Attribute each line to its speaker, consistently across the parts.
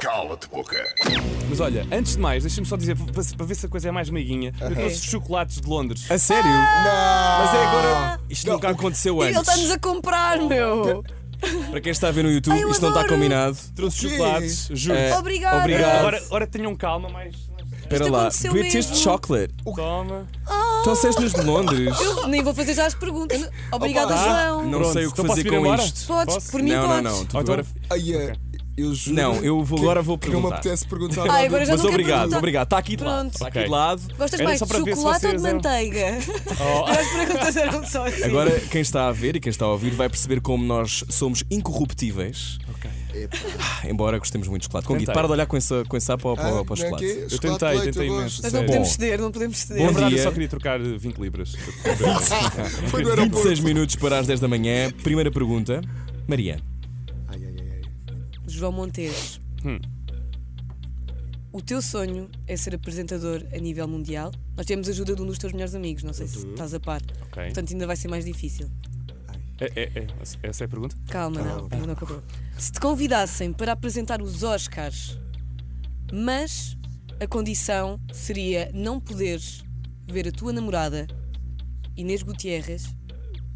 Speaker 1: Cala-te boca.
Speaker 2: Mas olha, antes de mais, deixa-me só dizer, para, para ver se a coisa é mais meiguinha, eu trouxe chocolates de Londres.
Speaker 3: A sério?
Speaker 2: Mas é agora. Isto nunca aconteceu
Speaker 4: Ah. Ele
Speaker 2: antes.
Speaker 4: está-nos a comprar, meu.
Speaker 3: Para quem está a ver no YouTube,
Speaker 4: Ai, eu
Speaker 3: isto não está
Speaker 4: adoro.
Speaker 3: combinado.
Speaker 2: Trouxe chocolates, juro.
Speaker 3: É,
Speaker 4: Obrigada.
Speaker 3: Obrigado.
Speaker 2: Agora, agora tenham calma, mas.
Speaker 3: Espera
Speaker 4: Isto
Speaker 3: lá.
Speaker 4: aconteceu
Speaker 3: British
Speaker 4: mesmo.
Speaker 3: Chocolate.
Speaker 2: Toma.
Speaker 3: Trouxeste-nos de Londres.
Speaker 4: Eu nem vou fazer já as perguntas. Obrigada,
Speaker 5: Opa.
Speaker 4: João.
Speaker 3: Não
Speaker 2: Pronto,
Speaker 3: sei o que
Speaker 2: então posso
Speaker 3: fazer
Speaker 2: ir
Speaker 3: com
Speaker 2: embora?
Speaker 3: isto.
Speaker 4: Podes,
Speaker 2: Posso?
Speaker 4: por mim
Speaker 3: Ah, Não, não,
Speaker 4: podes.
Speaker 3: não. Tu
Speaker 2: Ou então-
Speaker 3: agora...
Speaker 5: Ai, é, eu juro.
Speaker 3: Não, eu vou-
Speaker 5: que-
Speaker 3: agora vou
Speaker 5: que Não
Speaker 3: perguntar.
Speaker 5: me apetece perguntar.
Speaker 4: Ai,
Speaker 5: nada.
Speaker 4: Ah, agora já
Speaker 3: Mas
Speaker 4: não quero
Speaker 3: obrigado,
Speaker 4: perguntar.
Speaker 3: obrigado. Está aqui de lado.
Speaker 4: Pronto.
Speaker 3: Está aqui
Speaker 2: Ok.
Speaker 3: de lado.
Speaker 4: Gostas
Speaker 2: Era
Speaker 4: mais
Speaker 2: só
Speaker 4: de
Speaker 2: para ver se
Speaker 4: chocolate ou de
Speaker 2: vocês eram-
Speaker 4: manteiga?
Speaker 2: Então, oh,
Speaker 4: As perguntas eram só assim.
Speaker 3: Agora, quem está a ver e quem está a ouvir vai perceber como nós somos incorruptíveis. Ah, Embora gostemos muito de chocolate. Convido,
Speaker 2: Tentei.
Speaker 3: para de olhar com essa, com essa para, o-
Speaker 5: Ah,
Speaker 3: para, o- para o
Speaker 5: não é
Speaker 3: chocolate.
Speaker 5: quê?
Speaker 2: oh, Eu
Speaker 5: Chocolate
Speaker 2: tentei,
Speaker 5: de leite,
Speaker 2: tentei
Speaker 5: eu
Speaker 2: imenso.
Speaker 4: Mas
Speaker 5: gosto.
Speaker 4: não
Speaker 2: Sério.
Speaker 4: podemos ceder, não podemos ceder.
Speaker 2: Na
Speaker 3: é Bom
Speaker 2: verdade, eu
Speaker 3: dia.
Speaker 2: só queria trocar eh, 20 libras.
Speaker 4: Então-
Speaker 5: Foi no aeroporto.
Speaker 3: 26 minutos para as 10 da manhã. Primeira pergunta. Maria,
Speaker 5: Ai, ai, ai, ai.
Speaker 4: João Montes.
Speaker 2: Hum.
Speaker 4: O teu sonho é ser apresentador a nível mundial? Nós temos a ajuda de um dos teus melhores amigos, não sei se estás a par.
Speaker 2: Uhum. Ok.
Speaker 4: Portanto, ainda vai ser mais difícil.
Speaker 2: É, é, é. Essa é a pergunta?
Speaker 4: Calma, não, ainda não acabou. Se te convidassem para apresentar os Oscars, mas a condição seria não poderes ver a tua namorada, Inês Gutierrez,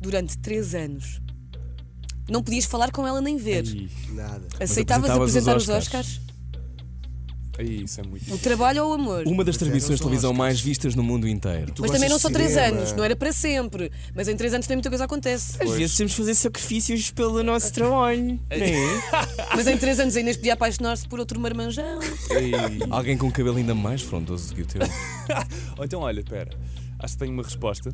Speaker 4: durante três anos. Não podias falar com ela nem ver.
Speaker 2: Ih,
Speaker 5: Nada.
Speaker 3: apresentavas
Speaker 4: Aceitavas
Speaker 3: os
Speaker 4: apresentar os
Speaker 3: Oscars?
Speaker 4: Oscars?
Speaker 2: aí, isso é muito.
Speaker 4: O trabalho ou o amor?
Speaker 3: uma das
Speaker 5: Mas eram
Speaker 3: transmissões de
Speaker 5: os
Speaker 3: televisão
Speaker 5: Oscars.
Speaker 3: mais vistas no mundo inteiro.
Speaker 5: Tu
Speaker 4: Mas
Speaker 5: gostas
Speaker 4: também
Speaker 5: de
Speaker 4: não são três
Speaker 5: cinema.
Speaker 4: anos, não é? era para sempre. Mas em três anos também muita coisa acontece.
Speaker 6: Às vezes temos de fazer sacrifícios pelo nosso trabalho.
Speaker 3: É.
Speaker 6: é?
Speaker 4: Mas em três anos ainda podia apaixonar-se por outro marmanjão.
Speaker 3: Alguém com um cabelo ainda mais frondoso do que o teu.
Speaker 2: Ou então, olha, pera. Acho que tenho uma resposta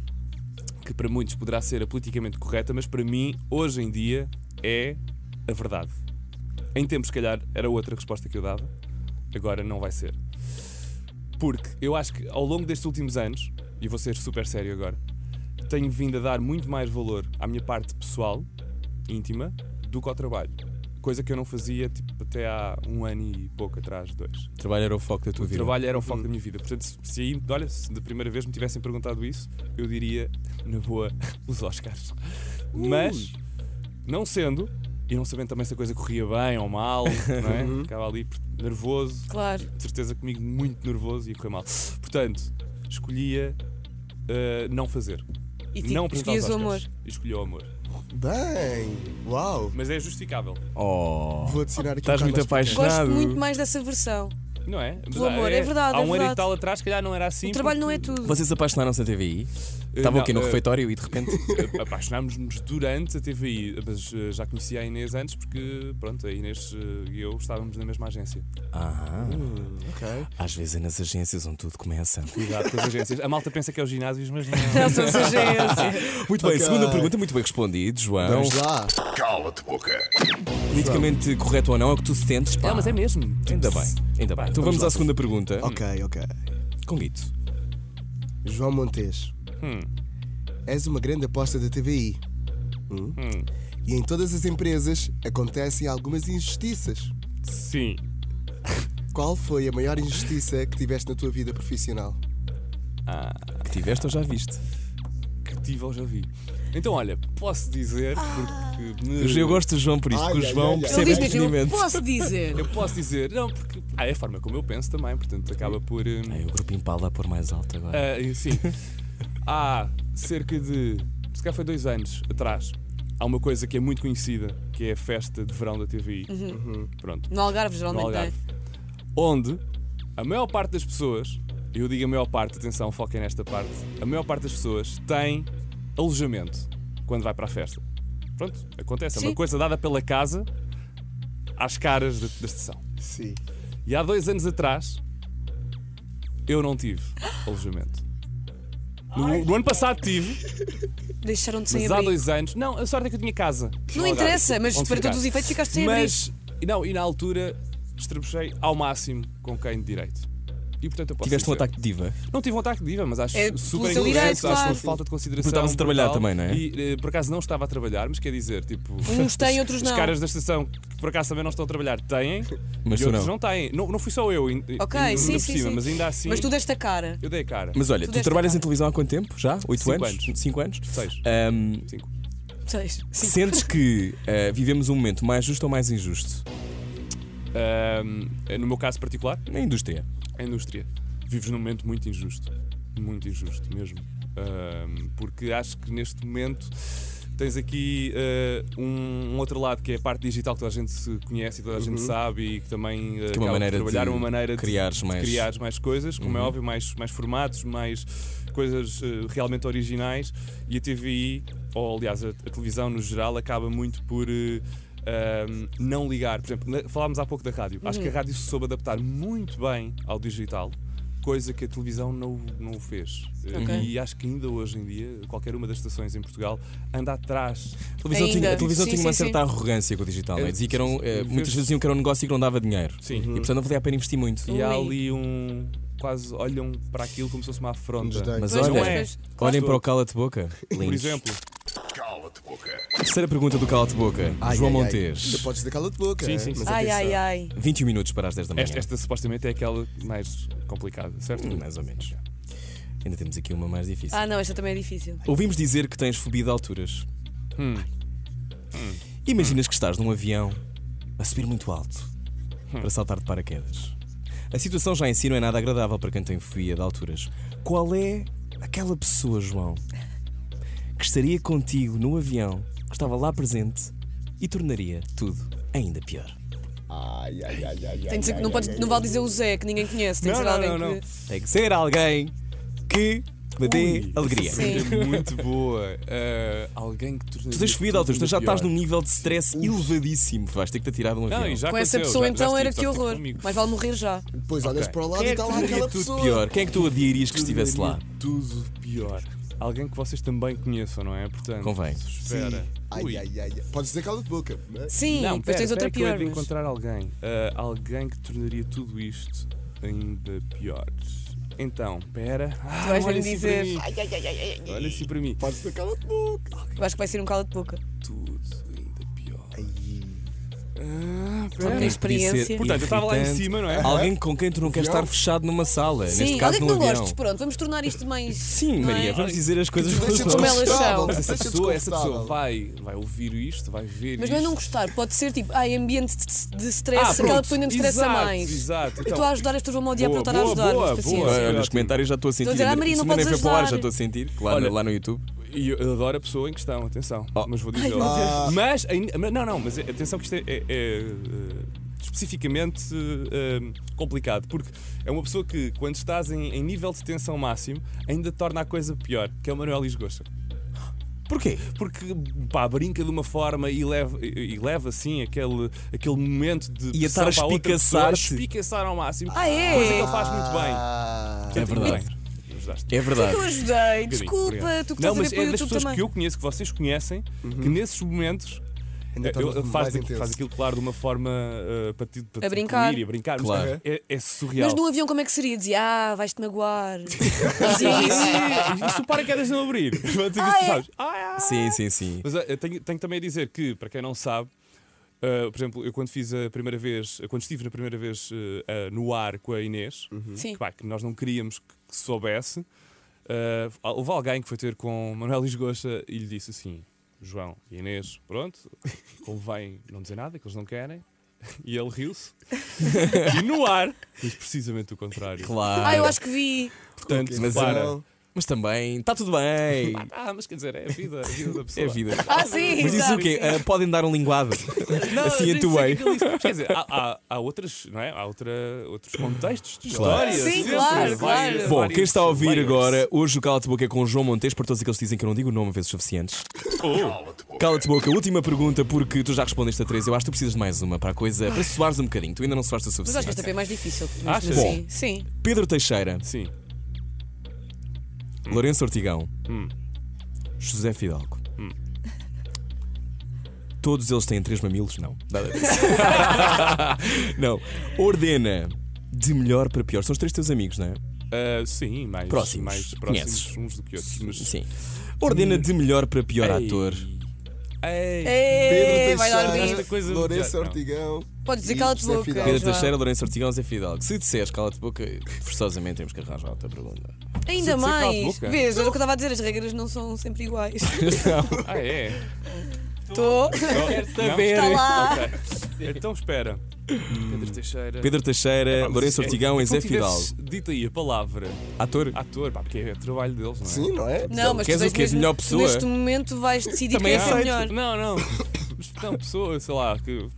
Speaker 2: que para muitos poderá ser a politicamente correta, mas para mim, hoje em dia, é a verdade. Em tempos, se calhar, era outra resposta que eu dava. Agora não vai ser. Porque eu acho que ao longo destes últimos anos, e vou ser super sério agora, tenho vindo a dar muito mais valor à minha parte pessoal, íntima, do que ao trabalho. Coisa que eu não fazia tipo, até há um ano e pouco atrás, dois.
Speaker 3: O trabalho era o foco da tua vida.
Speaker 2: Trabalho era o foco da minha vida. Portanto, se- se aí, olha, se da primeira vez me tivessem perguntado isso, eu diria, na boa, os Oscars. Mas, não sendo, e não sabendo também se a coisa corria bem ou mal, não é? Ficava ali por- nervoso,
Speaker 4: Claro.
Speaker 2: de certeza comigo muito nervoso e ia correr mal. Portanto, escolhia ah, não fazer.
Speaker 4: E ti-
Speaker 2: não apresentar
Speaker 4: escolhias
Speaker 2: os
Speaker 4: o amor.
Speaker 2: Oscars. E Escolhi o amor.
Speaker 5: Bem, uau.
Speaker 2: Mas é justificável,
Speaker 3: Oh.
Speaker 5: Vou adicionar aqui
Speaker 3: Estás
Speaker 5: o
Speaker 3: muito
Speaker 5: Carlos Pereira.
Speaker 3: apaixonado. Nada.
Speaker 4: Gosto muito mais dessa versão.
Speaker 2: não é? Mas
Speaker 4: Do amor, é verdade,
Speaker 2: Há
Speaker 4: é
Speaker 2: um ano e
Speaker 4: verdade.
Speaker 2: tal atrás, se calhar não era assim.
Speaker 4: o trabalho não é
Speaker 2: porque-
Speaker 4: tudo.
Speaker 3: Vocês apaixonaram-se na TVI? Estavam
Speaker 2: não,
Speaker 3: aqui no
Speaker 2: eh,
Speaker 3: refeitório e de repente.
Speaker 2: apaixonámos-nos durante a TVI, mas eh, já conhecia a Inês antes porque, pronto, a Inês eh, e eu estávamos na mesma agência.
Speaker 3: Ah,
Speaker 5: Ok.
Speaker 3: às vezes é nas agências onde tudo começa.
Speaker 2: Cuidado com as agências. A malta pensa que é os ginásios, mas não.
Speaker 4: Não são agências.
Speaker 3: Muito bem,
Speaker 5: Ok.
Speaker 3: segunda pergunta, muito bem respondido, João.
Speaker 5: Vamos lá.
Speaker 1: Cala-te boca.
Speaker 3: Politicamente correto ou não, é o que tu sentes. Pá.
Speaker 2: Não, mas é mesmo.
Speaker 3: Ainda bem, ainda bem. Então vamos, à segunda pergunta.
Speaker 5: Ok, ok.
Speaker 3: Com Guito.
Speaker 5: João Montes.
Speaker 2: Hum.
Speaker 5: És uma grande aposta da TVI. Hum?
Speaker 2: Hum.
Speaker 5: E em todas as empresas acontecem algumas injustiças.
Speaker 2: Sim.
Speaker 5: Qual foi a maior injustiça que tiveste na tua vida profissional?
Speaker 3: Que tiveste ou já viste?
Speaker 2: Que tive, eu já vi. Então, olha, posso dizer, porque.
Speaker 3: Eu,
Speaker 2: me-
Speaker 3: eu gosto do João por isto,
Speaker 5: Ai,
Speaker 3: porque o
Speaker 5: ai,
Speaker 3: João
Speaker 5: ai, ai.
Speaker 4: Ele
Speaker 3: percebe
Speaker 4: diz
Speaker 3: este
Speaker 4: mesmo, eu
Speaker 3: entendimento.
Speaker 4: posso dizer.
Speaker 2: Eu posso dizer, não, porque. Ah, é a forma como eu penso também, portanto acaba por. eh,
Speaker 3: Ai, o grupo Impala a pôr mais alto agora.
Speaker 2: Ah, e sim. Há cerca de. Se calhar foi dois anos atrás. Há uma coisa que é muito conhecida, que é a festa de verão da TVI.
Speaker 3: Uhum.
Speaker 2: Pronto.
Speaker 4: No Algarve,
Speaker 2: No
Speaker 4: geralmente, é?
Speaker 2: Algarve. Onde a maior parte das pessoas, e eu digo a maior parte, atenção, foquem nesta parte, a maior parte das pessoas tem alojamento quando vai para a festa. Pronto, acontece. É
Speaker 4: Sim.
Speaker 2: uma coisa dada pela casa às caras da, da estação.
Speaker 5: Sim.
Speaker 2: E há dois anos atrás eu não tive alojamento. No, no ano passado tive,
Speaker 4: não é? Deixaram-te sem
Speaker 2: mas há
Speaker 4: abrir.
Speaker 2: dois anos. Não, a sorte é que eu tinha casa.
Speaker 4: Não
Speaker 2: No Algarve,
Speaker 4: interessa, mas
Speaker 2: onde
Speaker 4: para
Speaker 2: ficar.
Speaker 4: todos os efeitos ficaste sem abrir.
Speaker 2: Mas, e não, e na altura estrebuchei ao máximo com quem de direito. E portanto eu posso
Speaker 3: Tiveste um
Speaker 2: dizer-
Speaker 3: ataque de diva.
Speaker 2: Não tive um ataque de diva, mas acho
Speaker 4: É pelo
Speaker 2: super
Speaker 4: seu
Speaker 2: incoerente,
Speaker 4: direito,
Speaker 2: acho
Speaker 4: claro.
Speaker 2: uma falta de consideração.
Speaker 3: Porque estavas a trabalhar
Speaker 2: brutal.
Speaker 3: também, não é?
Speaker 2: E eh, por acaso não estava a trabalhar, mas quer dizer, tipo.
Speaker 4: Uns têm, outros
Speaker 2: Os
Speaker 4: não.
Speaker 2: caras da estação que por acaso também não estão a trabalhar têm,
Speaker 3: Mas
Speaker 2: e
Speaker 3: tu
Speaker 2: outros
Speaker 3: não.
Speaker 2: não têm. Não, não fui só eu, in- in-
Speaker 4: Ok,
Speaker 2: ainda
Speaker 4: sim,
Speaker 2: por
Speaker 4: sim,
Speaker 2: cima,
Speaker 4: sim.
Speaker 2: mas ainda assim.
Speaker 4: Mas tu deste a cara.
Speaker 2: Eu dei a cara.
Speaker 3: Mas olha, tu,
Speaker 4: deste
Speaker 3: trabalhas
Speaker 4: a
Speaker 3: em televisão há quanto tempo? Já? Oito
Speaker 2: Cinco
Speaker 3: anos?
Speaker 2: anos.
Speaker 3: Cinco anos?
Speaker 2: Seis.
Speaker 3: Ahm, eh,
Speaker 2: Cinco.
Speaker 4: Seis.
Speaker 3: sentes que ah, vivemos um momento mais justo ou mais injusto?
Speaker 2: Ahm, no meu caso particular,
Speaker 3: Na indústria.
Speaker 2: a indústria. Vives num momento muito injusto. Muito injusto mesmo. Ahm, porque acho que neste momento tens aqui eh, um, um outro lado que é a parte digital que toda a gente se conhece e toda a gente sabe e que também eh,
Speaker 3: Uhum. Que é uma
Speaker 2: acaba por
Speaker 3: maneira de
Speaker 2: trabalhar uma maneira de
Speaker 3: criares mais-
Speaker 2: criares mais coisas, como
Speaker 4: Uhum.
Speaker 2: é óbvio, mais, mais formatos, mais coisas eh, realmente originais e a TVI, ou aliás a, a televisão no geral, acaba muito por eh, ahm, não ligar. Por exemplo, na- falámos há pouco da rádio. Acho
Speaker 4: Uhum.
Speaker 2: que a rádio se soube adaptar muito bem ao digital. Coisa que a televisão não, não o fez. Eh,
Speaker 4: Ok.
Speaker 2: E acho que ainda hoje em dia, qualquer uma das estações em Portugal anda atrás.
Speaker 3: A televisão,
Speaker 4: Ainda.
Speaker 3: tinha, a televisão
Speaker 4: Sim,
Speaker 3: tinha
Speaker 4: sim,
Speaker 3: uma
Speaker 4: sim.
Speaker 3: certa arrogância com o digital. não é?
Speaker 2: Eu-
Speaker 3: Dizia que era um, eh,
Speaker 2: eu-
Speaker 3: muitas vezes diziam que era um negócio que não dava dinheiro.
Speaker 2: Sim. Uhum.
Speaker 3: E portanto não valia a pena investir muito.
Speaker 2: E há
Speaker 4: Ui.
Speaker 2: ali um. Quase olham para aquilo como se fosse uma afronta.
Speaker 5: desdém.
Speaker 3: Mas
Speaker 4: Pois,
Speaker 3: olha,
Speaker 4: pois, pois.
Speaker 3: olhem para o cala-te-boca.
Speaker 2: Por exemplo,
Speaker 1: Cala-te boca.
Speaker 3: Terceira pergunta do cala-te-boca.
Speaker 5: Ai,
Speaker 3: João
Speaker 5: ai, ai.
Speaker 3: Montes.
Speaker 5: Ainda podes dizer cala-te boca.
Speaker 2: Sim, sim, sim.
Speaker 5: Mas
Speaker 4: Ai,
Speaker 5: atenção.
Speaker 4: ai, ai.
Speaker 3: 21 minutos para as 10 da manhã.
Speaker 2: esta, esta supostamente é aquela mais complicada, certo?
Speaker 3: Hum, Mais ou menos. Ainda temos aqui uma mais difícil.
Speaker 4: Ah, não, esta também é difícil.
Speaker 3: Ouvimos dizer que tens fobia de alturas. Hum.
Speaker 2: Hum.
Speaker 3: Imaginas que estás num avião a subir muito alto
Speaker 2: Hum.
Speaker 3: para saltar de paraquedas. A situação já em si não é nada agradável para quem tem fobia de alturas. Qual é aquela pessoa, João, que estaria contigo no avião, que estava lá presente e tornaria tudo ainda pior?
Speaker 5: Ai, ai, ai, ai,
Speaker 4: Tem de ser,
Speaker 5: ai,
Speaker 4: não,
Speaker 5: ai,
Speaker 4: pode,
Speaker 5: ai,
Speaker 4: não vale dizer o Zé, que ninguém conhece. Tem de
Speaker 2: Não,
Speaker 4: ser
Speaker 2: não,
Speaker 4: alguém
Speaker 2: não, não.
Speaker 4: que.
Speaker 3: Tem que ser alguém que me dê
Speaker 2: Ui,
Speaker 3: alegria.
Speaker 4: Sim.
Speaker 2: É muito boa. Ah, alguém que tornaria
Speaker 3: Tu tens fobia de
Speaker 2: tudo
Speaker 3: alturas, tu já
Speaker 2: pior.
Speaker 3: estás num nível de stress elevadíssimo. Vais ter que te atirar de um avião.
Speaker 2: Não, e já
Speaker 4: Com essa
Speaker 2: aconteceu, já-
Speaker 4: pessoa
Speaker 2: já
Speaker 4: então
Speaker 2: estive,
Speaker 4: era
Speaker 2: já
Speaker 4: que
Speaker 2: estive
Speaker 4: horror.
Speaker 2: comigo.
Speaker 4: Mas vale morrer já.
Speaker 5: Depois olhas para o lado
Speaker 3: Quem
Speaker 5: e
Speaker 3: é que
Speaker 5: está lá
Speaker 3: tornaria
Speaker 5: aquela
Speaker 3: tudo
Speaker 5: pessoa.
Speaker 3: pior? Quem é que tu odiarias que estivesse lá?
Speaker 2: Tudo pior. Alguém que vocês também conheçam, não é? Portanto,
Speaker 3: Convém.
Speaker 2: espera.
Speaker 5: Ai,
Speaker 2: Ui.
Speaker 5: ai, ai, ai. Podes dizer cala-te boca. mas-
Speaker 4: Sim,
Speaker 2: Não,
Speaker 4: depois
Speaker 2: pera,
Speaker 4: tens
Speaker 2: pera
Speaker 4: outra
Speaker 2: que eu hei
Speaker 4: pior.
Speaker 2: de
Speaker 4: mas-
Speaker 2: encontrar alguém. Ah, alguém que tornaria tudo isto ainda pior. Então, pera. Ah,
Speaker 4: vais
Speaker 2: olha
Speaker 4: me
Speaker 2: assim
Speaker 4: dizer.
Speaker 2: para mim. Olha assim para mim.
Speaker 5: Podes dizer cala-te boca.
Speaker 4: Eu acho que vai ser um cala de boca.
Speaker 2: Tudo ainda pior. Ah,
Speaker 3: Alguém é
Speaker 4: Alguém Ah, tem
Speaker 3: que podia ser
Speaker 4: experiência.
Speaker 2: Portanto, eu estava lá em
Speaker 3: irritante.
Speaker 2: cima, não é?
Speaker 3: Alguém com quem tu não queres
Speaker 5: Avião?
Speaker 3: estar fechado numa sala, neste
Speaker 4: Sim,
Speaker 3: caso
Speaker 4: alguém que
Speaker 3: num
Speaker 4: não
Speaker 3: avião.
Speaker 4: gostes, pronto, vamos tornar isto mais.
Speaker 3: Sim,
Speaker 4: não é?
Speaker 3: Maria, vamos dizer as coisas
Speaker 5: Deixa
Speaker 3: pelas
Speaker 4: como elas
Speaker 3: mãos.
Speaker 5: desconfortável,
Speaker 4: são.
Speaker 2: Mas essa
Speaker 5: deixa
Speaker 2: pessoa, essa pessoa
Speaker 5: desconfortável.
Speaker 2: vai, vai ouvir isto, vai ver
Speaker 4: Mas não
Speaker 2: isto.
Speaker 4: é não gostar, pode ser tipo, ai, ambiente de- de
Speaker 2: Ah,
Speaker 4: stress,
Speaker 2: pronto.
Speaker 4: aquela pessoa ainda me estressa
Speaker 2: Exato,
Speaker 4: mais.
Speaker 2: Exato. Então,
Speaker 4: Eu estou a ajudar, as pessoas vão-me odiar por eu
Speaker 2: boa,
Speaker 4: estar a
Speaker 2: boa,
Speaker 4: ajudar, tipo assim.
Speaker 2: boa,
Speaker 4: mas
Speaker 2: boa.
Speaker 4: paciência.
Speaker 3: Olha,
Speaker 2: Sim,
Speaker 3: nos
Speaker 2: ótimo.
Speaker 3: comentários já estou a sentir.
Speaker 4: dizer, ah, Maria,
Speaker 3: se
Speaker 4: não
Speaker 3: nem
Speaker 4: podes
Speaker 3: foi para o ar,
Speaker 4: ajudar.
Speaker 3: já estou a sentir. Lá,
Speaker 2: Olha.
Speaker 3: lá no YouTube.
Speaker 2: E eu eu adoro a pessoa em questão, atenção.
Speaker 3: Oh.
Speaker 2: Mas vou dizer.
Speaker 5: Deus.
Speaker 2: mas, ainda- mas- não, não, mas atenção que isto é, é- é, eh, especificamente eh, eh, complicado, porque é uma pessoa que, quando estás em, em nível de tensão máximo, ainda torna a coisa pior, que é o Manuel Lisgocha.
Speaker 3: Porquê?
Speaker 2: Porque pá, brinca de uma forma e leva, e e leva assim aquele, aquele momento de
Speaker 3: E a estar a
Speaker 2: pressão para outra pessoa,
Speaker 3: espicaçar-te.
Speaker 2: espicaçar ao máximo.
Speaker 4: Ah, é?
Speaker 2: Coisa que ele faz muito bem.
Speaker 5: Ah,
Speaker 3: É verdade.
Speaker 2: Ajudaste.
Speaker 3: É verdade.
Speaker 4: Eu ajudei,
Speaker 2: Um Bocadinho,
Speaker 4: desculpa,
Speaker 2: obrigado.
Speaker 4: tu que
Speaker 2: Não,
Speaker 4: estás a
Speaker 2: mas
Speaker 4: ver pelo Uhum.
Speaker 2: é das
Speaker 4: YouTube
Speaker 2: pessoas
Speaker 4: também.
Speaker 2: que eu conheço, que vocês conhecem, que nesses momentos
Speaker 5: Ainda
Speaker 2: eh,
Speaker 5: torna tudo
Speaker 2: faz,
Speaker 5: mais
Speaker 2: aquilo-
Speaker 5: intenso.
Speaker 2: faz aquilo, claro, de uma forma eh, para te, para te
Speaker 4: A brincar.
Speaker 2: incluir e a brincar. mas
Speaker 3: Claro.
Speaker 2: É, é surreal.
Speaker 4: Mas no avião como é que seria? Dizia, ah, vais-te magoar.
Speaker 2: Tá.
Speaker 4: Dizia isso.
Speaker 2: E se o paraquedas não é abrir? Vou dizer que
Speaker 4: Ah,
Speaker 2: tu
Speaker 4: é?
Speaker 2: sabes. Ah, ah.
Speaker 3: Sim, sim, sim.
Speaker 2: Mas eh, eu tenho, tenho também a dizer que, para quem não sabe, eh, por exemplo, eu quando fiz a primeira vez, eh, quando estive na primeira vez eh, eh, no ar com a Inês,
Speaker 4: Sim.
Speaker 2: que, pá, que nós não queríamos que que soubesse. Ah, houve alguém que foi ter com o Manuel Lisgocha e lhe disse assim: João e Inês, pronto, convém não dizer nada, que eles não querem. E ele riu-se. e no ar, disse precisamente o contrário.
Speaker 3: Claro.
Speaker 4: Ah, eu acho que vi.
Speaker 2: Portanto,
Speaker 5: ok.
Speaker 3: Mas,
Speaker 2: para.
Speaker 3: ah, mas também, está tudo bem.
Speaker 2: Ah, mas quer dizer, é a vida, a vida da pessoa.
Speaker 3: É vida.
Speaker 4: Ah, sim,
Speaker 3: Mas isso
Speaker 4: exato,
Speaker 3: o quê?
Speaker 4: sim.
Speaker 3: Ah, podem dar um linguado.
Speaker 2: Não,
Speaker 3: Assim,
Speaker 2: eu
Speaker 3: a
Speaker 2: nem sei
Speaker 3: tu way.
Speaker 2: o que é que ele disse. Mas Quer dizer, há, há, há outras, não é? Há outra, outros contextos de
Speaker 3: Claro.
Speaker 2: histórias.
Speaker 4: Sim,
Speaker 2: sempre,
Speaker 4: claro,
Speaker 2: várias-
Speaker 4: claro.
Speaker 3: Bom,
Speaker 2: vários
Speaker 3: quem está a ouvir
Speaker 2: layers.
Speaker 3: agora, hoje o Cala-te Boca é com o João Montes, para todos aqueles que dizem que eu não digo o nome vezes suficientes.
Speaker 1: Cala-te boca.
Speaker 3: Cala-te boca, última pergunta, porque tu já respondeste a três. Eu acho que tu precisas de mais uma para a coisa, para soares um bocadinho. Tu ainda não soares o
Speaker 4: Mas acho que
Speaker 3: suficiente.
Speaker 4: esta foi mais difícil. mesmo
Speaker 2: Achas?
Speaker 4: assim. Sim.
Speaker 3: Pedro Teixeira, Hum.
Speaker 2: Sim.
Speaker 3: Lourenço Ortigão,
Speaker 2: Hum.
Speaker 3: José Fidalgo. Todos eles têm três mamilos? Não. Nada disso. não. Ordena de melhor para pior. São os três teus amigos, não é?
Speaker 2: Ah, sim, mais
Speaker 3: Próximos.
Speaker 2: mais próximos
Speaker 3: Conheces.
Speaker 2: uns do que outros. Mas...
Speaker 3: Sim. Ordena de melhor para pior
Speaker 2: Ei.
Speaker 3: ator.
Speaker 2: Ei.
Speaker 4: Ei,
Speaker 5: Pedro
Speaker 4: É, vai dar
Speaker 5: Teixeira,
Speaker 4: bife.
Speaker 2: Esta coisa-
Speaker 5: Lourenço
Speaker 2: Não.
Speaker 5: Ortigão.
Speaker 4: Podes dizer
Speaker 5: e
Speaker 4: cala-te
Speaker 5: José
Speaker 4: boca.
Speaker 5: Fidalgo.
Speaker 3: Pedro
Speaker 4: João.
Speaker 3: Teixeira, Lourenço Ortigão, Zé Fidalgo. Se disseres cala-te boca, forçosamente temos que arranjar outra pergunta.
Speaker 4: Ainda
Speaker 2: Se disser cala-te
Speaker 4: mais.
Speaker 2: boca.
Speaker 4: Vês, era o que eu estava a dizer, as regras não são sempre iguais.
Speaker 2: Ah, é?
Speaker 4: Estou.
Speaker 2: Quero
Speaker 4: Está lá.
Speaker 2: Então espera. Pedro Teixeira.
Speaker 3: Hum. Pedro
Speaker 2: É,
Speaker 3: Teixeira, Lourenço Ortigão e
Speaker 2: Se
Speaker 3: Zé
Speaker 2: não tivesses
Speaker 3: Fidalgo.
Speaker 2: Dito aí a palavra
Speaker 3: Ator?
Speaker 2: ator, pá, porque é o trabalho deles, não é?
Speaker 5: Sim, não é?
Speaker 4: Não, mas
Speaker 3: queres
Speaker 4: tu vais
Speaker 3: o quê?
Speaker 4: mesmo-
Speaker 3: Melhor
Speaker 4: tu
Speaker 3: pessoa?
Speaker 4: Neste momento vais decidir
Speaker 3: Também
Speaker 4: quem é que é
Speaker 3: aceito.
Speaker 4: melhor.
Speaker 2: Não, não. Mas, Então, pessoa, sei lá, que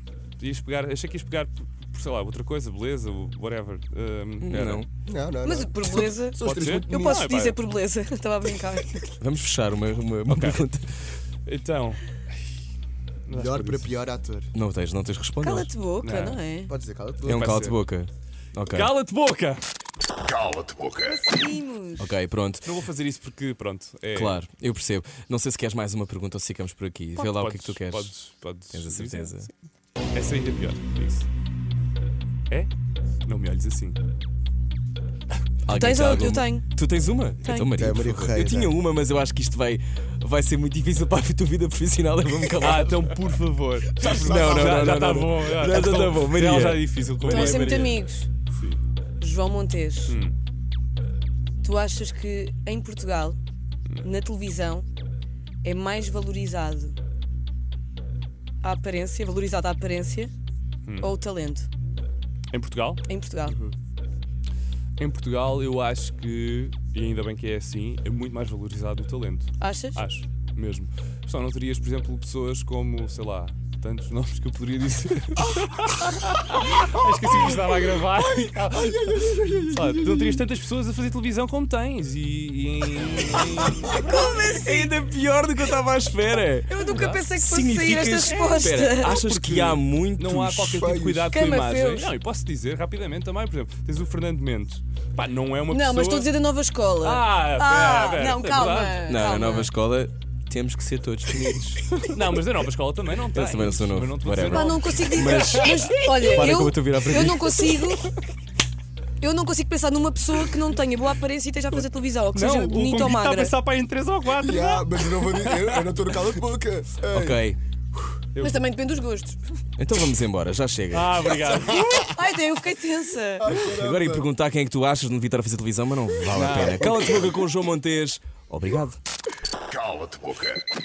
Speaker 2: ias pegar, achei que ias pegar por, por, sei lá, outra coisa, beleza, whatever. Hum, Ahm, pera.
Speaker 3: Não.
Speaker 5: Não, não,
Speaker 4: Mas
Speaker 5: não.
Speaker 4: por beleza.
Speaker 5: São
Speaker 2: Pode
Speaker 5: os três
Speaker 2: ser?
Speaker 5: muito
Speaker 4: Eu
Speaker 2: Não,
Speaker 5: bonitos.
Speaker 4: posso
Speaker 2: é, pá.
Speaker 4: dizer por beleza. Estava a brincar.
Speaker 3: Vamos fechar uma, uma, uma pergunta.
Speaker 2: Então. não dá
Speaker 5: Melhor
Speaker 2: por
Speaker 5: para
Speaker 2: isso.
Speaker 5: pior ator.
Speaker 3: Não tens, não tens respondido.
Speaker 4: Cala-te boca,
Speaker 2: Não.
Speaker 4: não é?
Speaker 5: Podes dizer, cala-te.
Speaker 3: É um
Speaker 2: Vai
Speaker 3: cala de
Speaker 2: ser.
Speaker 3: boca. Ok.
Speaker 2: Cala-te boca!
Speaker 1: Cala-te boca.
Speaker 4: Vimos.
Speaker 3: Ok, pronto.
Speaker 2: Não vou fazer isso porque, pronto. É,
Speaker 3: Claro, eu percebo. Não sei se queres mais uma pergunta ou se ficamos por aqui. Vê lá o que é que tu queres.
Speaker 2: Podes, podes.
Speaker 3: Tens a
Speaker 2: dizer.
Speaker 3: certeza?
Speaker 2: Essa ainda é pior. é Isso. É? Não me olhes assim.
Speaker 3: Alguém
Speaker 4: Tens
Speaker 3: tem
Speaker 4: ou-
Speaker 3: alguma?
Speaker 4: eu tenho.
Speaker 3: Tu tens uma? Então, Maria,
Speaker 2: É
Speaker 5: Tem,
Speaker 3: por
Speaker 5: Maria
Speaker 3: favor.
Speaker 5: Correia,
Speaker 3: Eu tinha
Speaker 5: tem.
Speaker 3: uma, mas eu acho que isto vai, vai ser muito difícil para a tua vida profissional. Eu vou-me
Speaker 2: Ah,
Speaker 3: calar.
Speaker 2: então por favor.
Speaker 3: Não, não,
Speaker 2: já,
Speaker 3: não,
Speaker 2: já
Speaker 3: não,
Speaker 2: tá
Speaker 3: não.
Speaker 2: bom. Já,
Speaker 3: Já tá
Speaker 2: tá
Speaker 3: bom, Maria.
Speaker 2: Já, já é difícil com
Speaker 4: Estão a
Speaker 2: Maria.
Speaker 4: ser muito amigos.
Speaker 2: Sim.
Speaker 4: João Montes.
Speaker 2: Hum.
Speaker 4: Tu achas que em Portugal, na televisão, é mais valorizado a aparência, valorizada a aparência ou o talento?
Speaker 2: Em Portugal?
Speaker 4: Em Portugal.
Speaker 2: Em Portugal eu acho que, e ainda bem que é assim, é muito mais valorizado o talento.
Speaker 4: Achas?
Speaker 2: Acho, mesmo. Só não terias, por exemplo, pessoas como, sei lá, tantos nomes que eu poderia dizer. acho que assim que estava a gravar. Sei lá, tu não terias tantas pessoas a fazer televisão como tens. E. e-
Speaker 4: Como assim?
Speaker 3: É Ainda pior do que eu estava à espera.
Speaker 4: Eu nunca pensei que fosse sair
Speaker 3: Significa
Speaker 4: esta
Speaker 3: isto-
Speaker 4: resposta.
Speaker 3: Espera, achas que há muito.
Speaker 2: Não há qualquer tipo de
Speaker 5: feios.
Speaker 2: cuidado com a
Speaker 4: Quem me
Speaker 2: imagem.
Speaker 4: fez?
Speaker 2: Não, e posso dizer rapidamente também, por exemplo, tens o Fernando Mendes. Pá, não é uma pessoa.
Speaker 4: Não, mas estou a dizer da nova escola.
Speaker 2: Ah,
Speaker 4: Ah,
Speaker 2: pera, pera,
Speaker 4: não,
Speaker 2: é
Speaker 4: calma.
Speaker 2: verdade.
Speaker 3: Não,
Speaker 4: calma.
Speaker 3: na nova escola temos que ser todos felizes.
Speaker 2: Não, mas da nova escola também não tens.
Speaker 3: também não sou novo,
Speaker 2: Mas não te vou dizer
Speaker 3: whatever.
Speaker 4: Pá,
Speaker 2: nomes.
Speaker 4: não consigo dizer. Mas, olha,
Speaker 3: Para
Speaker 4: eu,
Speaker 3: como eu estou a virar para
Speaker 4: eu
Speaker 3: mim.
Speaker 4: não consigo. Eu não consigo pensar numa pessoa que não tenha boa aparência e esteja a fazer televisão, ou que
Speaker 2: Não,
Speaker 4: seja
Speaker 2: o Conguito
Speaker 4: bonita ou
Speaker 2: está a
Speaker 4: magra.
Speaker 2: pensar para aí em 3 ou 4.
Speaker 5: Yeah, mas eu não vou dizer, eu, eu não estou no cala-te-boca.
Speaker 3: ok,
Speaker 4: Mas também depende dos gostos.
Speaker 3: então vamos embora, já chega.
Speaker 2: Ah, obrigado.
Speaker 4: Ai, tem, eu fiquei tensa.
Speaker 3: Agora ia perguntar quem é que tu achas de evitar a fazer televisão, mas não vale a pena. Cala-te boca com o João Montes. Obrigado.
Speaker 1: Cala-te boca.